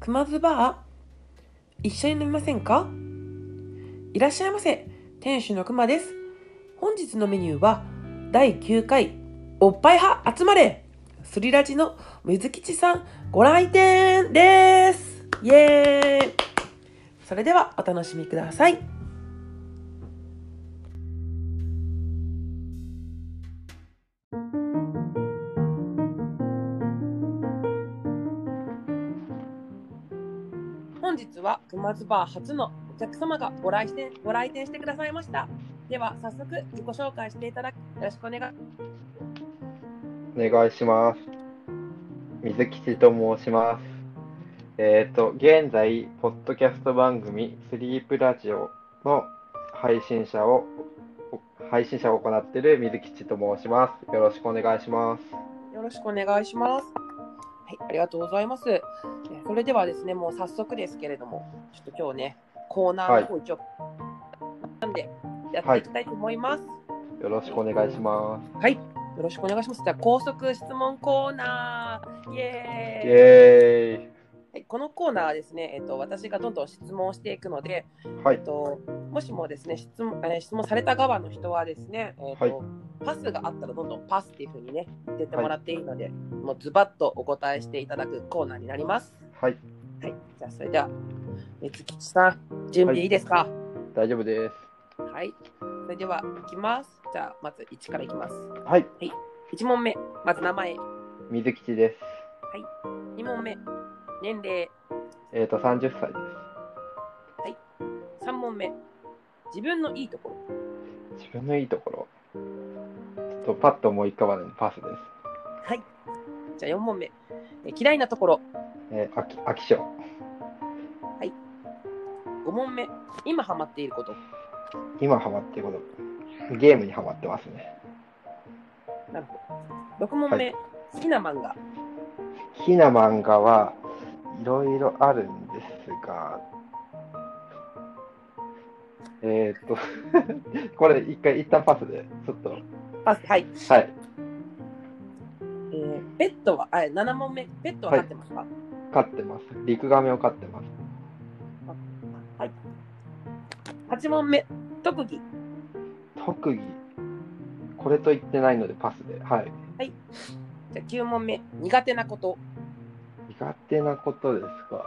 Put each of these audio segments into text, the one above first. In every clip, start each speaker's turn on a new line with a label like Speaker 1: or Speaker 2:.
Speaker 1: 熊津バー一緒に飲みませんかいらっしゃいませ。店主の熊です。本日のメニューは、第9回、おっぱい派集まれスリラジの水吉さん、ご来店ですイエーイそれではお楽しみください。本日は熊津バー初のお客様がご来店ご来店してくださいました。では早速自己紹介していただきよろしくお願い。
Speaker 2: お願いします。水吉と申します。えっ、と、現在、ポッドキャスト番組、スリープラジオの配信者を、配信者を行っている水吉と申します。よろしくお願いします。
Speaker 1: よろしくお願いします。はい、ありがとうございます。えそれではですね、もう早速ですけれども、ちょっと今日ね、コーナーの方一応、なんでやっていきたいと思います。
Speaker 2: よろしくお願いしま
Speaker 1: はい、よろしくお願いします。じゃあ、高速質問コーナーイエ
Speaker 2: す。
Speaker 1: ーイ
Speaker 2: イエ
Speaker 1: はい、このコーナーはですね、えっと、私がどんどん質問をしていくので、
Speaker 2: ーイ。は
Speaker 1: え
Speaker 2: い
Speaker 1: っ。と、もしもですね質問、えー質問された側の人はですね、えーと
Speaker 2: はい
Speaker 1: パスがあったらどんどんパスっていう風にね言ってもらっていいので、もうズバッとお答えしていただくコーナーになります。
Speaker 2: はい。
Speaker 1: はい、じゃあそれでは三吉さん準備いいですか。
Speaker 2: 大丈夫です。
Speaker 1: はい、それではいきます。じゃあまず1からいきます。
Speaker 2: はい。
Speaker 1: 1問目まず名前、
Speaker 2: 水吉です。
Speaker 1: 2問目年齢、
Speaker 2: えっ、と、30歳で
Speaker 1: 3問目自分のいいところ。
Speaker 2: す。自分のいいところ。ちょっとパッと思い浮かばないパスです。
Speaker 1: はい。じゃあ4問目えー嫌いなところ。
Speaker 2: えー、飽き、飽き性。
Speaker 1: 5問目今ハマっていること。
Speaker 2: 今ハマってることゲームにハマってますね
Speaker 1: なるほど。6問目、
Speaker 2: はい
Speaker 1: 好きな漫画。
Speaker 2: 好きな漫画はいろいろあるんですがえー、っと これ一回一旦パスでちょっと
Speaker 1: パス、はい。
Speaker 2: はい
Speaker 1: えー、ペットは、あ、7問目、ペットは飼ってますか、はい、
Speaker 2: 飼ってますリクガメを飼ってます
Speaker 1: 8問目、特技。
Speaker 2: 特技これと言ってないのでパスではい
Speaker 1: じゃあ9問目、苦手なこと。
Speaker 2: 苦手なことですか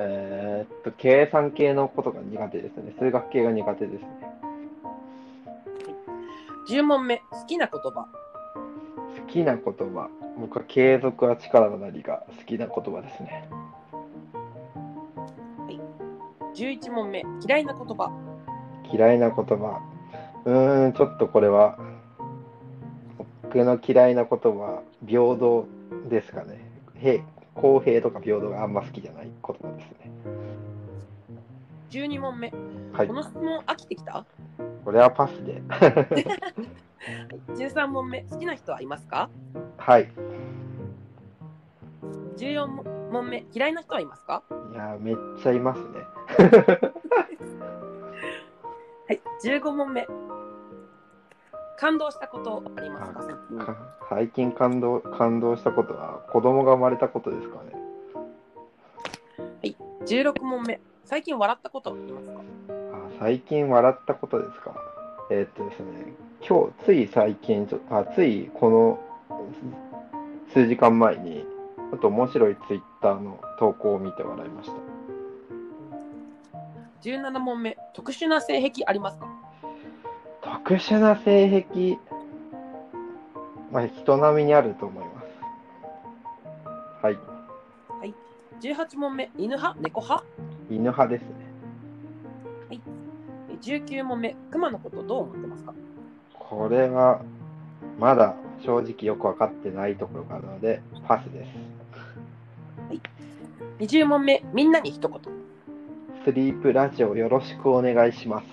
Speaker 2: えー、っと計算系のことが苦手ですね数学系が苦手ですね
Speaker 1: 10問目、好きな言葉。
Speaker 2: 好きな言葉僕は継続は力なりが好きな言葉ですね
Speaker 1: 11問目、嫌いな言葉。
Speaker 2: 嫌いな言葉うーんちょっとこれは僕の嫌いな言葉平等ですかね平公平とか平等があんま好きじゃない言葉ですね
Speaker 1: 12問目、
Speaker 2: はい
Speaker 1: この質問飽きてきた
Speaker 2: これはパスで
Speaker 1: ?13 問目、好きな人はいますか
Speaker 2: はい
Speaker 1: ?14 問目、嫌いな人はいますか
Speaker 2: いやーめっちゃいますね
Speaker 1: はい。15問目、感動したことありますか
Speaker 2: か最近感動感動したことは子供が生まれたことですかね
Speaker 1: ?16 問目、最近笑ったことありますか
Speaker 2: あ最近笑ったことですか。えーっとですね、今日、つい最近ちょ、あついこのす数時間前に、ちょっと面白いツイッターの投稿を見て笑いました。
Speaker 1: 17問目、特殊な性癖ありますか
Speaker 2: 特殊な性癖、まあ、人並みにあると思います。はい、
Speaker 1: 18問目、犬派、猫派
Speaker 2: 犬派ですね。
Speaker 1: 19問目、熊のことどう思ってますか
Speaker 2: これは、まだ正直よく分かってないところがあるので、パスです。
Speaker 1: ?20 問目、みんなに一言。
Speaker 2: スリープラジオよろしくお願いします。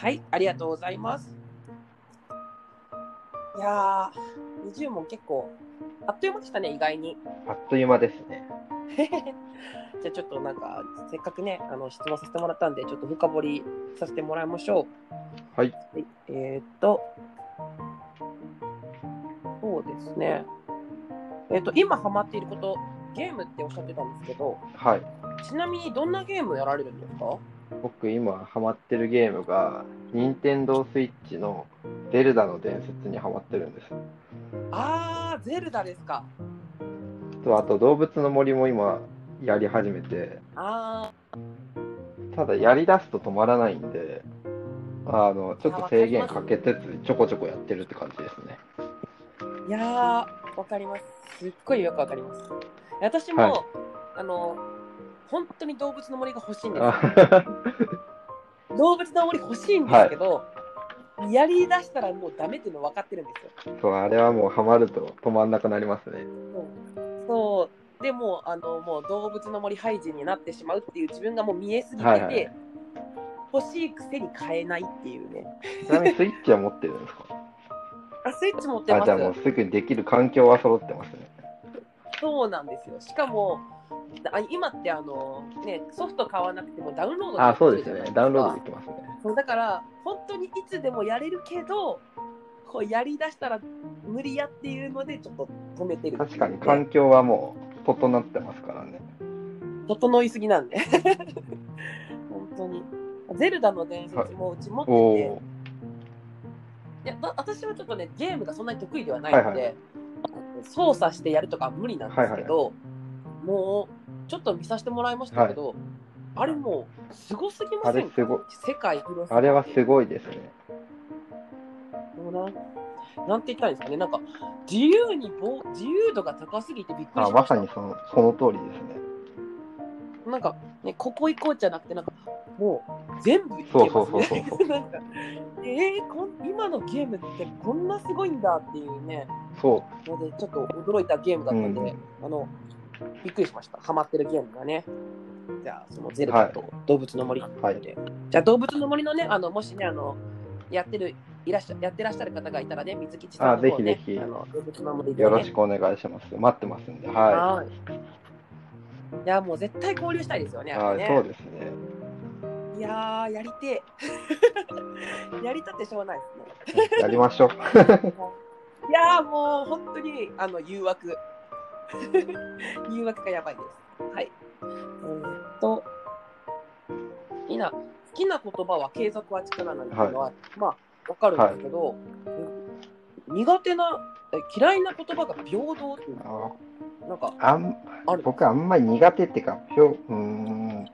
Speaker 1: はい、ありがとうございます。いやー、20問結構、あっという間でしたね、意外に。
Speaker 2: あっという間ですね。
Speaker 1: じゃあちょっとなんか、せっかくね、あの質問させてもらったんで、ちょっと深掘りさせてもらいましょう。
Speaker 2: はい。
Speaker 1: はい、えーっと、そうですね。えーっと、今ハマっていることゲームっておっしゃってたんですけど、
Speaker 2: はい。
Speaker 1: ちなみにどんなゲームをやられるんですか
Speaker 2: 僕今ハマってるゲームが、任天堂スイッチのゼルダの伝説にハマってるんです。
Speaker 1: あー、ゼルダですか。
Speaker 2: とあと動物の森も今やり始めて、
Speaker 1: あ
Speaker 2: ただやりだすと止まらないんで、あの、ちょっと制限かけつつちょこちょこやってるって感じですね。
Speaker 1: ー、いやー、わかります。すっごいよくわかります。私も、
Speaker 2: はい
Speaker 1: あの、本当に動物の森が欲しいんですよ
Speaker 2: あ
Speaker 1: 動物の森欲しいんですけど、やりだしたらもうダメっていうの分かってるんですよ。
Speaker 2: そう、あれはもうハマると止まんなくなりますね。
Speaker 1: そうでもうあのもう動物の森廃人になってしまうっていう自分がもう見えすぎてて、
Speaker 2: はいはい
Speaker 1: 欲しいくせに買えないっていうね
Speaker 2: ちなみにスイッチは持ってるんですか
Speaker 1: あスイッチ持って
Speaker 2: あ
Speaker 1: ま
Speaker 2: じゃあもう
Speaker 1: す
Speaker 2: すぐにできる環境は揃ってますね。
Speaker 1: そうなんですよしかもあ今ってあの、ね、ソフト買わなくてもダウンロード
Speaker 2: あ
Speaker 1: きる
Speaker 2: そうです
Speaker 1: じゃない
Speaker 2: ね。
Speaker 1: か
Speaker 2: ダウンロードできますね。
Speaker 1: そうだから本当にいつでもやれるけどこうやりだしたら無理やっていうのでちょっと止めてる
Speaker 2: 確かに環境はもう整ってますからね。
Speaker 1: 整いすぎなんで 本当にゼルダの伝説もうち持って
Speaker 2: お
Speaker 1: て、
Speaker 2: お
Speaker 1: いやだ私はちょっとねゲームがそんなに得意ではないので、
Speaker 2: はいはい
Speaker 1: 操作してやるとかは無理なんですけど、もうちょっと見させてもらいましたけど、あれもうすごすぎま
Speaker 2: あ
Speaker 1: せ
Speaker 2: れ
Speaker 1: んか
Speaker 2: すごい。
Speaker 1: 世界広さ
Speaker 2: あれはすごいですね。
Speaker 1: もうなんなんて言ったらいいんですかねなんか自由にぼ自由度が高すぎてびっくり
Speaker 2: あ
Speaker 1: しま
Speaker 2: ま
Speaker 1: した
Speaker 2: さにそのその通りですね。
Speaker 1: なんか、ね、ここ行こうじゃなくてなんかもう全部いけます
Speaker 2: そ
Speaker 1: ね
Speaker 2: うそうそうそ う。
Speaker 1: なんかえー、こん今のゲームってこんなすごいんだっていうね
Speaker 2: そ
Speaker 1: のでちょっと驚いたゲームだ
Speaker 2: う。
Speaker 1: っ
Speaker 2: う
Speaker 1: たんで、
Speaker 2: ん、
Speaker 1: あのびっくりしましたハマってるゲームがねじゃあそのゼルダと動物の森ということで、じゃあ動物の森のねあのもしねあのやってるいらっしゃやってらっしゃる方がいたらね水吉さんの方、ね、
Speaker 2: あぜひぜひ
Speaker 1: あの動物の森で、ね、
Speaker 2: よろしくお願いします。待ってますんで。は
Speaker 1: はいいやもう絶対交流したいですよ
Speaker 2: い。
Speaker 1: ねあ
Speaker 2: はい、
Speaker 1: れね
Speaker 2: そうですね。
Speaker 1: いやー、やりてえ。 やりたってしょうがないです
Speaker 2: やりましょう。
Speaker 1: ね。いやー、もう本当にあの誘惑。 誘惑がやばいです。はい。えーっと、好きな、好きな言葉は継続は力なんていうのは、まあ、わかるんですけど、うん苦手な、え嫌いな言葉が平等っていう
Speaker 2: あの
Speaker 1: のなんか、
Speaker 2: あん
Speaker 1: ある
Speaker 2: 僕あんまり苦手っていうか、ひょうーん、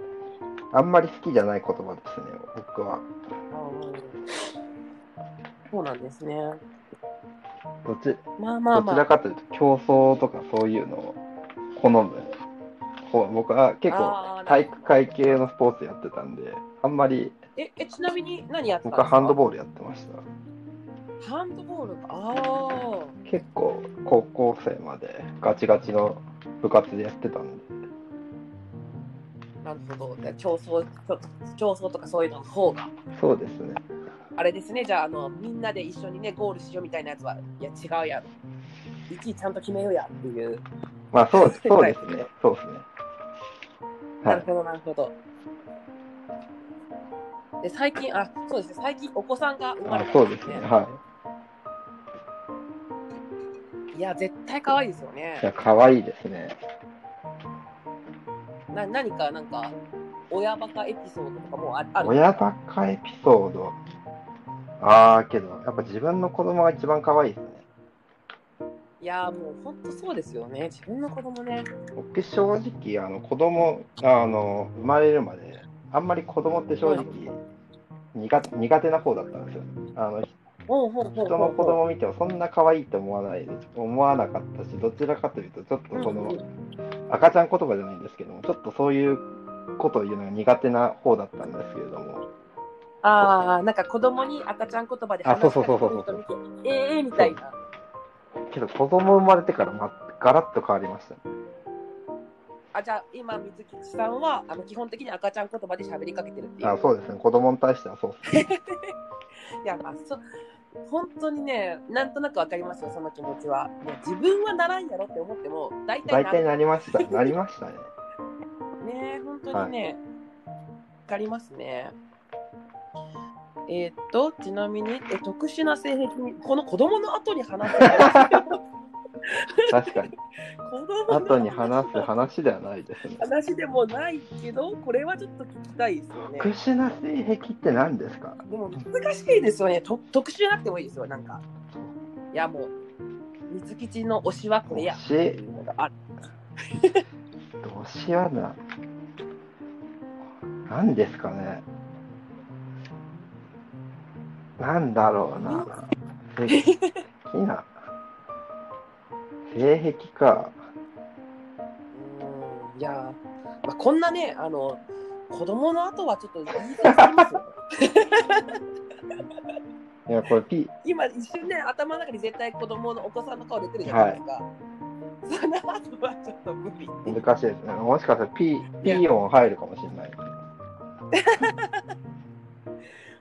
Speaker 2: あんまり好きじゃない言葉ですね、僕は。
Speaker 1: そうなんですね。
Speaker 2: どち
Speaker 1: まあまあ
Speaker 2: ど
Speaker 1: ま
Speaker 2: ち
Speaker 1: あ。
Speaker 2: らかというと、競争とかそういうのを好む方。僕は結構
Speaker 1: あー
Speaker 2: 体育会系のスポーツやってたんで、あんまり
Speaker 1: ええちなみに何やってたんです
Speaker 2: 僕
Speaker 1: か
Speaker 2: はハンドボールやってました。
Speaker 1: ールハンドボールかあ
Speaker 2: 結構高校生までガチガチの部活でやってたんで、
Speaker 1: あなるほどじゃあ競争ちょ競争とかそういうのの方が
Speaker 2: そうですね。
Speaker 1: あれですねじゃああのみんなで一緒にねゴールしようみたいなやつはいや違うやろ1位ちゃんと決めようやっていう、
Speaker 2: まあ そうそうですね。そうですね。
Speaker 1: な
Speaker 2: は
Speaker 1: る
Speaker 2: い。
Speaker 1: ほどなるほどで最近あそうですね最近お子さんが生まれ
Speaker 2: あ
Speaker 1: た
Speaker 2: そ
Speaker 1: ん
Speaker 2: うですね。はい。
Speaker 1: いや絶対可愛いですよね
Speaker 2: いや、可愛いですね。
Speaker 1: な何かなんか親バカエピソードとかもうあある
Speaker 2: 親ばっかエピソード。ああ、けど、やっぱ自分の子供が一番可愛いですね。
Speaker 1: いやもう本当そうですよね自分の子供ね
Speaker 2: 僕、正直、あの、子供、あの、生まれるまで、あんまり子供って正直、苦手苦手な方だったんですよ。あの、
Speaker 1: ほうほうほうほう
Speaker 2: 人の子供見てもそんな可愛いと思わない思わなかったしどちらかというとちょっとその、
Speaker 1: うんう
Speaker 2: 赤ちゃん言葉じゃないんですけどもちょっとそういうことを言うのが苦手な方だったんですけれども
Speaker 1: ああ、なんか子供に赤ちゃん言葉で話
Speaker 2: あそう
Speaker 1: し
Speaker 2: そ
Speaker 1: かけ
Speaker 2: うそう
Speaker 1: て
Speaker 2: そう
Speaker 1: ると見て、ええー、みたいな。
Speaker 2: けど子供生まれてから、ま、ガラッと変わりました
Speaker 1: あ、じゃあ今、水吉さんはあの基本的に赤ちゃん言葉で喋りかけてるっていう。
Speaker 2: あそうですね子供に対してはそう ですね
Speaker 1: いや、まあ、そ本当にね、なんとなくわかりますよ、その気持ちは。もう自分はならんやろって思っても、大体
Speaker 2: 大
Speaker 1: な
Speaker 2: 体なりましたなりまし たね
Speaker 1: ね、本当にね、わかりますね。えーっと、ちなみに、え特殊な 性癖に、この子供の後に話す。
Speaker 2: 確かに
Speaker 1: 子供
Speaker 2: 後に話す話ではないで すね。
Speaker 1: 話でもないけど、これはちょっと聞きたいですよね。
Speaker 2: 特殊な性癖って何ですか
Speaker 1: でも難しいですよね。と特殊じゃなくてもいいですよ。なんか。いやもう、水吉の推しはこれや。
Speaker 2: 推し、
Speaker 1: あ
Speaker 2: 推しはな、何ですかね。なんだろうな。性癖な。性癖か。
Speaker 1: うーんいやー、まあ、こんなね、あの、子供の後はちょっと言い過ぎちゃいますよ。
Speaker 2: いや、これピ、
Speaker 1: 今一瞬ね、頭の中に絶対子供のお子さんの顔出てるじゃないですか。その後はちょっと無理。
Speaker 2: 難しいですね。もしかしたらピ、ピ音入るかもしれない。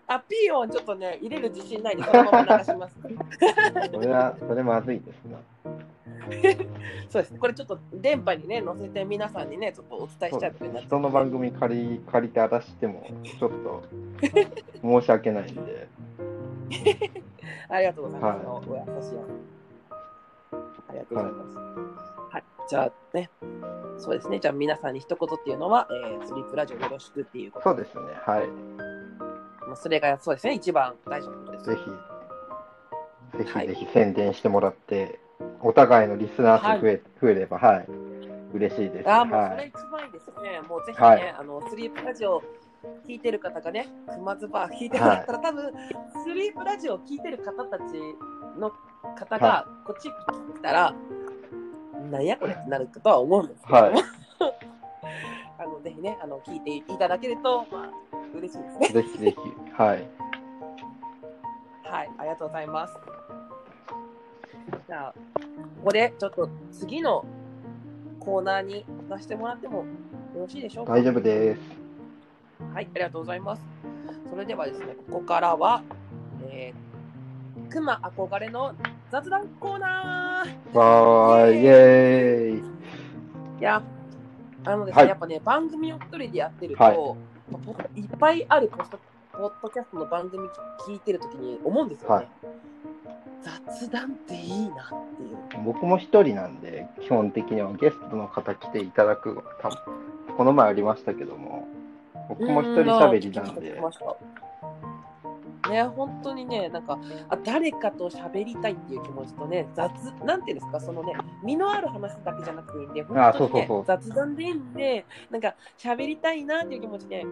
Speaker 1: あ、ピー音ちょっとね、入れる自信ないで、そのまま流します。
Speaker 2: それは、それまずいですね。
Speaker 1: そうですね、これちょっと電波にね、載せて皆さんにね、ちょっとお伝えしちゃうってなっちゃう
Speaker 2: 人の番組借り借りて私してもちょっと申し訳ないんで
Speaker 1: ありがとうございます。
Speaker 2: はい
Speaker 1: あのお優しい。ありがとうございます。はい、じゃあね、そうですね、じゃあ皆さんに一言っていうのは、えースリープラジオよろしくっていうこと、
Speaker 2: そうですねはい
Speaker 1: まあそれがそうですね、一番大事なことです。
Speaker 2: ぜひぜひぜひ宣伝してもらって、お互いのリスナー数増え,、増えればはい嬉しいです、
Speaker 1: ああ、もうそ
Speaker 2: は
Speaker 1: れ
Speaker 2: い、
Speaker 1: 一番いいですね。もうぜひね、
Speaker 2: はい
Speaker 1: あのスリープラジオを聞いてる方がね、熊津バー聞いてもらったら、多分スリープラジオを聞いてる方たちの方が
Speaker 2: は
Speaker 1: こっち来たら、なんやこれってなるとは思うんですけども、
Speaker 2: は
Speaker 1: あのぜひねあの聞いていただけるとまあ嬉しいですね。
Speaker 2: ぜひぜひはい
Speaker 1: はい、ありがとうございます。じゃあここでちょっと次のコーナーに出してもらってもよろしいでしょうか。
Speaker 2: 大丈夫です
Speaker 1: はい、ありがとうございます。それではですね、ここからは、えー、くま憧れの雑談コーナー
Speaker 2: わーいイエーイ
Speaker 1: いや、あのですね、
Speaker 2: はい
Speaker 1: やっぱね、番組を一人でやってると、
Speaker 2: はい
Speaker 1: まあポッいっぱいあるポストポッドキャストの番組聞いてるときに思うんですよね、
Speaker 2: はい
Speaker 1: 雑談っていいなっていう。
Speaker 2: 僕も一人なんで基本的にはゲストの方来ていただくたこの前ありましたけども僕も一人喋りなん
Speaker 1: う
Speaker 2: で
Speaker 1: んまあ聞きましたね、本当にね、なんか、あ誰かと喋りたいっていう気持ちとね、雑、なんていうんですか、そのね、身のある話だけじゃなくていいんで、
Speaker 2: あ
Speaker 1: 本当にね、
Speaker 2: そうそう
Speaker 1: 雑談でいいんで、なんか、喋りたいなっていう気持ちね、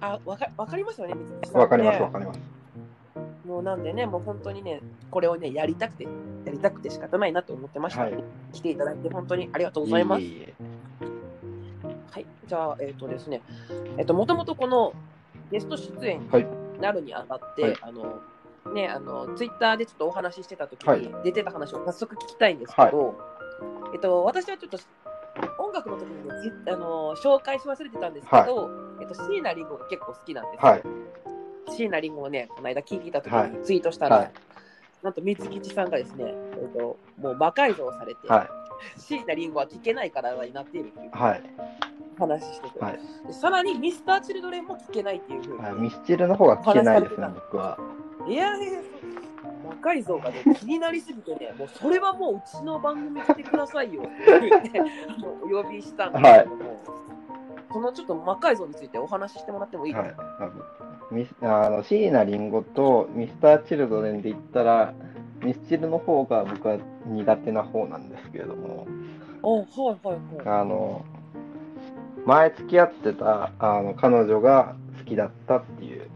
Speaker 1: あ、わかわかりますよね、水木さんね
Speaker 2: わかりますわかります
Speaker 1: もうなんでね、もう本当にね、これをね、やりたくて、やりたくて仕方ないなと思ってました。
Speaker 2: はい
Speaker 1: 来ていただいて、本当にありがとうございます。
Speaker 2: えええ
Speaker 1: はい、じゃあ、えっ、とですね、えっ、と、もともとこのゲスト出演に
Speaker 2: はい
Speaker 1: なるにあたって、
Speaker 2: はい
Speaker 1: あの、ね、あの、ツイッターでちょっとお話ししてた時に、
Speaker 2: はい
Speaker 1: 出てた話を早速聞きたいんですけど、えっと、私はちょっと音楽の時にね、じあの、紹介し忘れてたんですけど、えっと、椎名林檎が結構好きなんですよ。
Speaker 2: はい
Speaker 1: 椎名林檎をね、この間聞いていた時
Speaker 2: は
Speaker 1: に
Speaker 2: い
Speaker 1: ツイートしたら、
Speaker 2: はい
Speaker 1: なんと水吉さんがですね、えっと、もう魔改造されて、
Speaker 2: はい
Speaker 1: 椎名林檎は聞けない体になっているっていう
Speaker 2: はい
Speaker 1: 話してて、
Speaker 2: はい
Speaker 1: でさらにミスターチルドレンも聞けないっていうふうに、
Speaker 2: あミスチルの方が聞けないですね
Speaker 1: 話されて、
Speaker 2: 僕はい
Speaker 1: やいやそう若い像がね気になりすぎて ねもうそれはもううちの番組来てくださいよって言ってあのお呼びしたんですけども、そのちょっと魔改造についてお話ししてもらってもいいです
Speaker 2: は
Speaker 1: か、
Speaker 2: いあのミスあの椎名林檎とミスターチルドレンで言ったらミスチルの方が僕は苦手な方なんですけれども
Speaker 1: おはいはいはい
Speaker 2: あの前付き合ってたあの彼女が好きだったっていう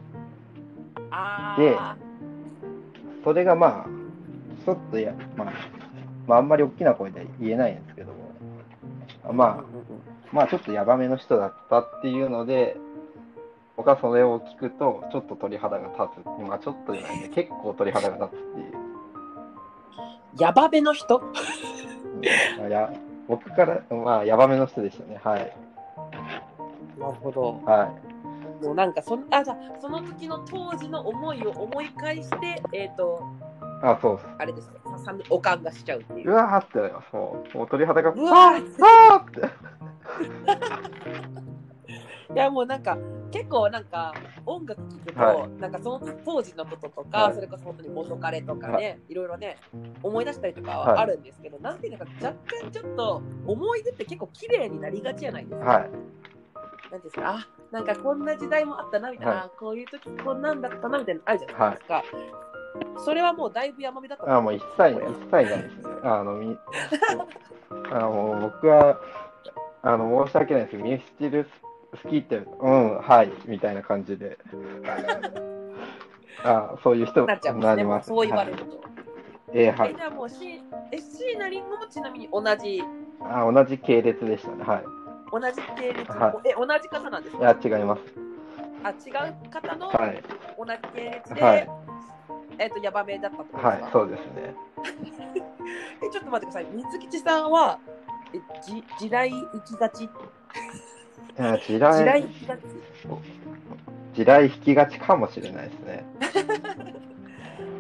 Speaker 1: あ
Speaker 2: で
Speaker 1: ー
Speaker 2: それがまあちょっとや、まあ、まああんまり大きな声で言えないんですけども
Speaker 1: う
Speaker 2: ま
Speaker 1: んうんうん
Speaker 2: あまあちょっとヤバめの人だったっていうので僕はそれを聞くとちょっと鳥肌が立つまあちょっとじゃない ね結構鳥肌が立つっ
Speaker 1: ヤバめの人
Speaker 2: ていう、うんいや僕からまあヤバめの人でしたねはい
Speaker 1: なるほど
Speaker 2: はい
Speaker 1: もうなんかそんあじゃあその時の当時の思いを思い返してえっ、と
Speaker 2: あそうっす
Speaker 1: あれですねささんおかんがしちゃうっていう
Speaker 2: うわーってなりますもうもう鳥肌が
Speaker 1: うわー
Speaker 2: あーって
Speaker 1: いやもうなんか結構なんか音楽聴くと、
Speaker 2: は
Speaker 1: なんかその当時のこととか、
Speaker 2: はい
Speaker 1: それこそ本当に元彼とかね、い、ろいろね思い出したりとか
Speaker 2: はい
Speaker 1: はあるんですけど、なんていうのか若干ちょっと思い出って結構綺麗になりがちじゃないですか。
Speaker 2: はい。
Speaker 1: なんていうんですかあなんかこんな時代もあったなみたいな、
Speaker 2: は
Speaker 1: あこういう時こんなんだったなみたいなのあるじゃないですか、それはもうだいぶ山火だった
Speaker 2: あもう一切ない、一切ないですね。あの、みあの僕は、あの、申し訳ないですけど、ミスチル好きって、うん、はい、みたいな感 じで。あそういう人
Speaker 1: なっちゃうん
Speaker 2: に
Speaker 1: です
Speaker 2: な
Speaker 1: ね
Speaker 2: り
Speaker 1: もう
Speaker 2: ます。
Speaker 1: そう言われる
Speaker 2: は
Speaker 1: と、
Speaker 2: い、えーは
Speaker 1: え
Speaker 2: い
Speaker 1: じ。ゃあもう C え C なりもちなみに同じ
Speaker 2: あ同じ系列でしたね。はい。
Speaker 1: 同じ系列、
Speaker 2: は
Speaker 1: え同じ方なんです
Speaker 2: い
Speaker 1: か
Speaker 2: や、違います。
Speaker 1: あ違う方の
Speaker 2: はい。
Speaker 1: 同じ系列で、
Speaker 2: はい
Speaker 1: えっ、とヤバめだったってことですか、
Speaker 2: はい、そうですね。
Speaker 1: えちょっと待ってください水吉さんはえじ地雷行きがち地
Speaker 2: いや地
Speaker 1: 雷
Speaker 2: 雷
Speaker 1: 行、きがち
Speaker 2: 地雷引きがちかもしれないですね。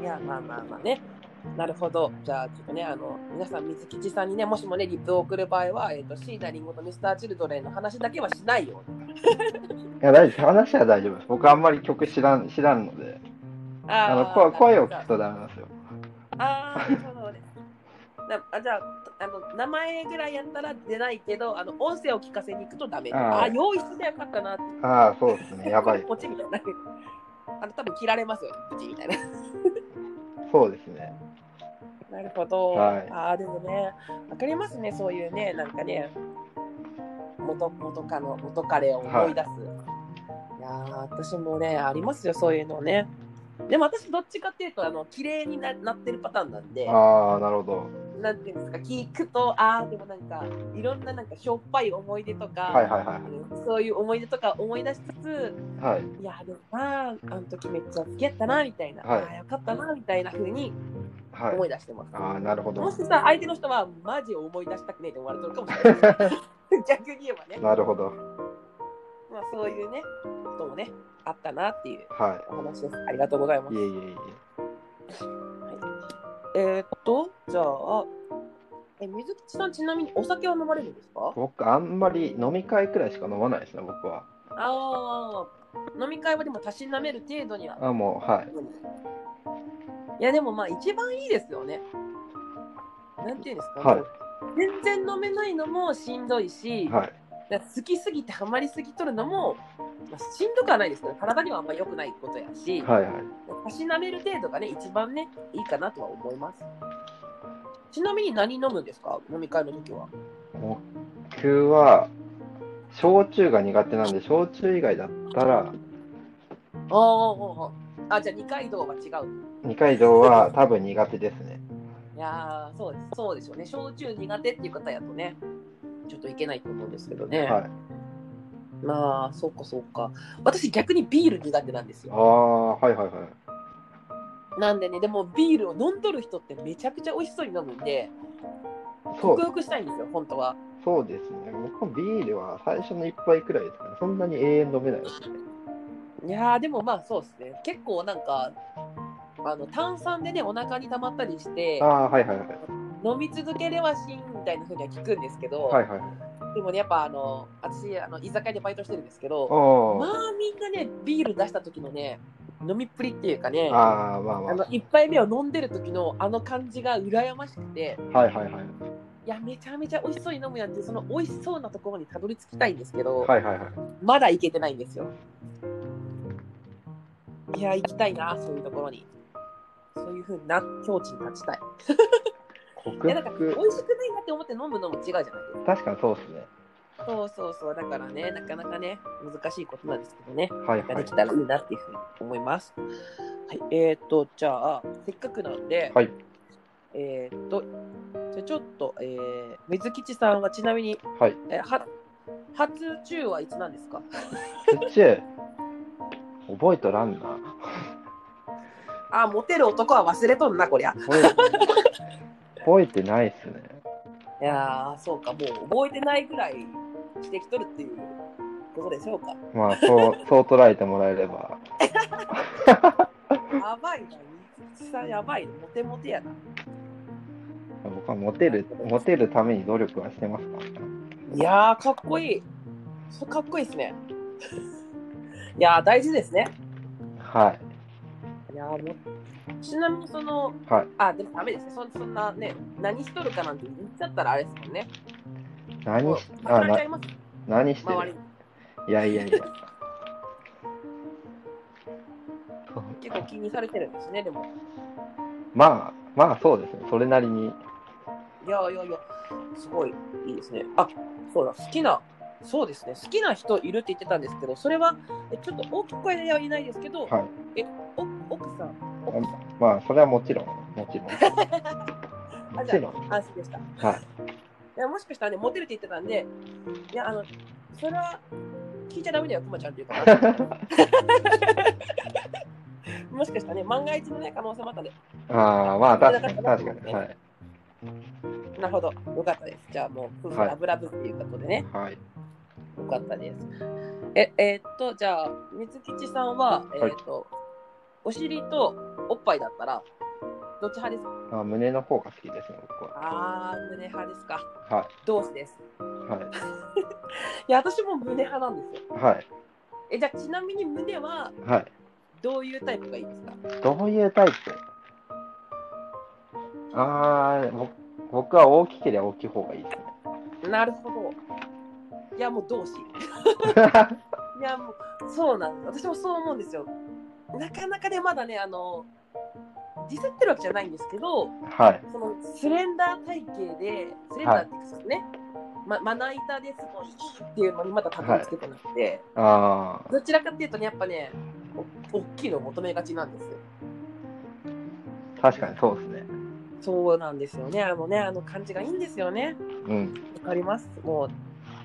Speaker 1: いやまあまあまあねなるほどじゃあちょっとねあの皆さん水吉さんにねもしもねリップを送る場合は、えっと椎名林檎とミスターチルドレンの話だけはしないように
Speaker 2: いや、大丈夫。話は大丈夫です。僕あんまり曲知らん、知らんので。あの、声声を聞くとダメなんですよ。
Speaker 1: ああ、なるほどね。な あじゃああの、名前ぐらいやったら出ないけど、あの音声を聞かせに行くとダメ。
Speaker 2: あ
Speaker 1: あ
Speaker 2: ー
Speaker 1: あー、用意してよかったなって。
Speaker 2: ああ、そうですね。やばい。
Speaker 1: ポチみたいな。あの多分切られますよね、プチみたいな。
Speaker 2: そうですね。
Speaker 1: なるほど。
Speaker 2: はい
Speaker 1: ああ、でもね、わかりますね、そういうね、なんかね、元元カノ元彼を思い出す。い、やー私もね、ありますよ、そういうのね。でも私、どっちかっていうと、あの綺麗にななってるパターンなんで。
Speaker 2: ああ、なるほど。
Speaker 1: なんていうんですか聞くとああでもなんかいろんななんかしょっぱい思い出とか、
Speaker 2: はいはいは
Speaker 1: そういう思い出とか思い出しつつ
Speaker 2: い。はい。
Speaker 1: いやでもなああの時めっちゃ好きやったなみたいな、
Speaker 2: はい
Speaker 1: ああよかったなみたいな風に
Speaker 2: は
Speaker 1: 思い
Speaker 2: い。
Speaker 1: 出してます、
Speaker 2: ああ、なるほ
Speaker 1: も
Speaker 2: ど
Speaker 1: し。さ相手の人はマジ思い出したくねえって思われてるかもしれない 逆に言えばね、ま
Speaker 2: なるほど。
Speaker 1: あ、そういうねこともねあったなっていう
Speaker 2: は
Speaker 1: お話ですありがとうございま
Speaker 2: い。い
Speaker 1: す
Speaker 2: えいえい
Speaker 1: えー、っとじゃあえ水吉さんちなみにお酒は飲まれるんですか
Speaker 2: え。僕、あんまり飲み会くらいしか飲まないですね、僕は。
Speaker 1: ああ、飲み会はでもたしなめる程度には。
Speaker 2: あもう、はい。
Speaker 1: いや、でもまあ、一番いいですよね。なんていうんですか、
Speaker 2: はい
Speaker 1: もう全然飲めないのもしんどいし、
Speaker 2: はい。
Speaker 1: だから好きすぎてハマりすぎとるのも、まあ、しんどくはないですけど、体にはあんま良くないことやし、
Speaker 2: はいはい。
Speaker 1: たしなめる程度がね、一番ね、いいかなとは思います。ちなみに何飲むんですか飲み会の時は。
Speaker 2: 僕は、焼酎が苦手なんで、焼酎以外だったら、
Speaker 1: あーあー、あーあーじゃあ二階堂は違う。
Speaker 2: 二階堂は多分苦手ですね。
Speaker 1: いやーそうですそうでしょうね焼酎苦手っていう方やとねちょっといけないと思うんですけどね、
Speaker 2: はい。
Speaker 1: まあそうかそうか私逆にビール苦手なんです
Speaker 2: あ
Speaker 1: よ
Speaker 2: あ、はいはいはい。
Speaker 1: なんでねでもビールを飲んどる人ってめちゃくちゃ美味しそうに飲むんで
Speaker 2: そ
Speaker 1: 克
Speaker 2: う、
Speaker 1: 服したいんですよ本当は
Speaker 2: そうですね。僕もビールは最初の一杯くらいですかね。そんなに永遠飲めないですね。
Speaker 1: いやーでもまあそうですね結構なんかあの炭酸でねお腹に溜まったりして
Speaker 2: ああ、はいはいはい。
Speaker 1: 飲み続ければしんみたいな風には聞くんですけど、
Speaker 2: はいはい。
Speaker 1: でもねやっぱあの私あの居酒屋でバイトしてるんですけどま
Speaker 2: あ
Speaker 1: あみんなねビール出した時のね飲みっぷりっていうかね
Speaker 2: あ、ああ、まあま
Speaker 1: あの1杯目を飲んでる時のあの感じが羨ましくて
Speaker 2: あ。はいはいはい。
Speaker 1: いやめちゃめちゃ美味しそうに飲むやんっていうその美味しそうなところにたどり着きたいんですけど、
Speaker 2: はいはいはい。
Speaker 1: まだ行けてないんですよいや行きたいなそういうところにそういうふうな境地に立ちたいい
Speaker 2: 克
Speaker 1: やなんか美味し
Speaker 2: 服。
Speaker 1: くないなって思って飲むのも違うじゃないですか
Speaker 2: 確かにそうですね。
Speaker 1: そうそうそうだからねなかなかね難しいことなんですけどね
Speaker 2: はい
Speaker 1: が
Speaker 2: は
Speaker 1: で
Speaker 2: い
Speaker 1: き。たらいいなっていうふうに思います。はい、えっ、ー、と、じゃあ、せっかくなんで、
Speaker 2: はい
Speaker 1: えっ、ー、と、じゃあちょっと、えー、水吉さんはちなみに、
Speaker 2: はい。
Speaker 1: えーは初中はいつなんですか
Speaker 2: 土へ覚えとらんな。
Speaker 1: あ、モテる男は忘れとんな、こりゃ。
Speaker 2: 覚え覚えてないっすね。
Speaker 1: いやー、そうか、もう覚えてないぐらいしてきとるっていうことでしょうか。
Speaker 2: まあ、そう、そう捉えてもらえれば。
Speaker 1: やばいな、水吉さんやばいな、モテモテやな。
Speaker 2: 僕はモテる、モテるために努力はしてますか
Speaker 1: いやー、かっこいい。そかっこいいですね。いやー、大事ですね。
Speaker 2: はい
Speaker 1: やーもうちなみにその、
Speaker 2: はい
Speaker 1: あ、でもダメですね。そんそんなね、何しとるかなんて言っちゃったらあれですもんね。
Speaker 2: い。何し
Speaker 1: もう働いち
Speaker 2: あ
Speaker 1: ゃ
Speaker 2: ない
Speaker 1: ます、
Speaker 2: 何して
Speaker 1: 周り
Speaker 2: る
Speaker 1: に。
Speaker 2: いやいやいや。そう
Speaker 1: 結構気にされてるんですね、でも。
Speaker 2: まあまあそうですね。それなりに。
Speaker 1: いやいやいや、すごいいいですね。あ、そうだ、好きな、そうですね、好きな人いるって言ってたんですけど、それは、えちょっと大きい声では言えないですけど、
Speaker 2: はい。
Speaker 1: お奥さん、
Speaker 2: まあそれはもちろんもちろん。 も
Speaker 1: あ、
Speaker 2: ち
Speaker 1: じゃ
Speaker 2: ろん。
Speaker 1: あ、安心でした。い
Speaker 2: はい。
Speaker 1: や、もしかしたらね、モテるって言ってたんで、いや、あの、それは聞いちゃダメだよ、くまちゃんって いうか。もしかしたらね、万が一のね、可能性もあったんで、
Speaker 2: ああまあ確かに確かに。はい。
Speaker 1: なるほど、よかったです。じゃあ、もう、夫婦
Speaker 2: はい
Speaker 1: ラブラブっていうことでね、
Speaker 2: はい。
Speaker 1: よかったです。え、えーっと、じゃあ、水吉さんは、えーっと、お尻とおっぱいだったら、どっち派ですか
Speaker 2: あ胸の方が好きですね僕は。
Speaker 1: あー、胸派ですか。
Speaker 2: は
Speaker 1: 同志です。
Speaker 2: いはい
Speaker 1: いや、私も胸派なんですよ。
Speaker 2: はい
Speaker 1: え、じゃあ、ちなみに胸は、
Speaker 2: はい。
Speaker 1: どういうタイプがいいですか
Speaker 2: どういうタイプああぼ僕は大きければ大きい方がいいですね。
Speaker 1: なるほど。いや、もう同志。いや、もう、そうなんです。私もそう思うんですよ。なかなかね、まだね、あの、ディスってるわけじゃないんですけど、
Speaker 2: はい
Speaker 1: そのスレンダー体型で、スレンダーっていうんですかね、ま、まな板ですごいいいっていうのにまだたどり着けてなくて、
Speaker 2: ああ
Speaker 1: どちらかっていうとね、やっぱね、お大きいのを求めがちなんですよ。
Speaker 2: 確かにそうですね。
Speaker 1: そうなんですよね、あのね、あの感じがいいんですよね。
Speaker 2: うん。
Speaker 1: わかります。もう、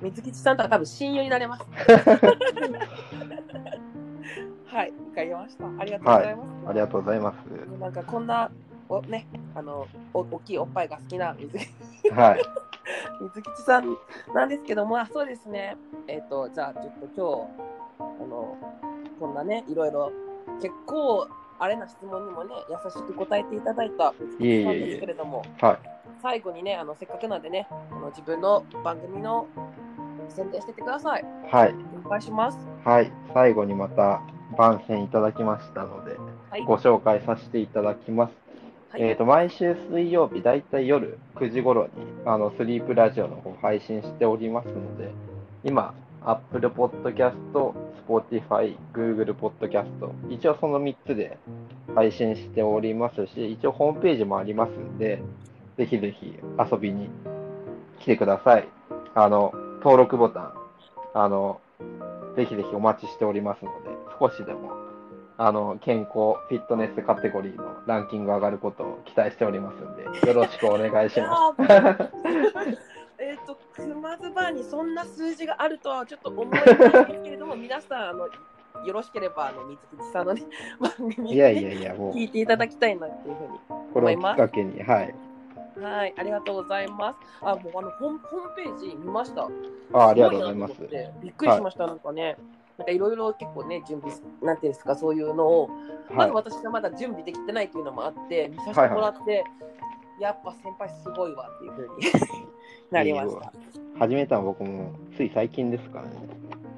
Speaker 1: 水吉さんとは多分親友になれ ます。はい、わかりました。ありがとうございます。
Speaker 2: ありがとうございま
Speaker 1: なんかこんな、おね、あの、お大きいおっぱいが好きな水吉
Speaker 2: す。はい。
Speaker 1: 水吉さんなんですけども、あそうですね、えっとじゃあ、ちょっと今日あのこんなね、いろいろ結構、あれな質問にもね、優しく答えていただいた水吉さんですけれども、
Speaker 2: はい。
Speaker 1: 最後にねあの、せっかくなんでねあの、自分の番組の宣伝してってください。
Speaker 2: はい。
Speaker 1: お願いします。
Speaker 2: はい。最後にまた番宣いただきましたので、
Speaker 1: はい。
Speaker 2: ご紹介させていただきます。
Speaker 1: はい
Speaker 2: えっ、と、毎週水曜日、だいたい夜9時頃に、あの、スリープラジオの方配信しておりますので、今、Apple Podcast、Spotify、Google Podcast、一応その3つで配信しておりますし、一応ホームページもありますんで、ぜひぜひ遊びに来てください。あの、登録ボタン、あの、ぜひぜひお待ちしておりますので、少しでもあの健康、フィットネスカテゴリーのランキング上がることを期待しておりますんで、よろしくお願いしま
Speaker 1: あーえっと、熊津バーにそんな数字があるとはちょっと思えないんですけれども、皆さん、あのよろしければ、あの水口さんのね、番組
Speaker 2: す。
Speaker 1: ね
Speaker 2: いやいやいや、 も
Speaker 1: 聞いていただきたいなっていうふう
Speaker 2: う、これをきっかけに、はい。
Speaker 1: に。はい、ありがとうございます。あ、もうあのホームホームページ見ました。
Speaker 2: あありがとうございます
Speaker 1: ご。なと思ってびっくりしました、なんかね。なんかいろいろ結構ね、準備、なんていうんですか、そういうのを、ま
Speaker 2: は
Speaker 1: だ
Speaker 2: い、
Speaker 1: 私がまだ準備できてないっていうのもあって、見させてもらって、やっぱ先輩すごいわっていうふうに なりました。
Speaker 2: 始めたの僕もつい最近ですからね。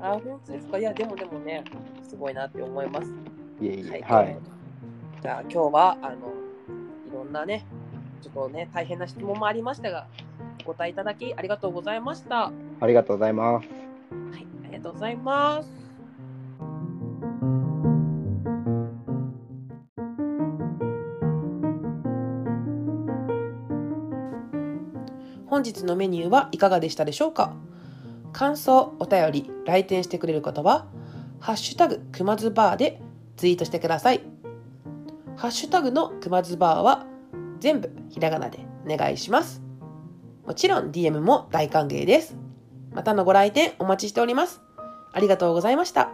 Speaker 1: あ、本当ですか。いや、でもでもね、すごいなって思います。
Speaker 2: いえいえ、はい。。
Speaker 1: じゃあ、今日は、あの、いろんなね、ちょっとね、大変な質問もありましたが、お答えいただきありがとうございました。はい、
Speaker 2: ありがとうございます。
Speaker 1: ありがとうございます。本日のメニューはいかがでしたでしょうか感想、お便り、来店してくれる方は、ハッシュタグくまずバーでツイートしてください。ハッシュタグのくまずバーは全部ひらがなでお願いします。もちろん DM も大歓迎です。またのご来店お待ちしております。ありがとうございました。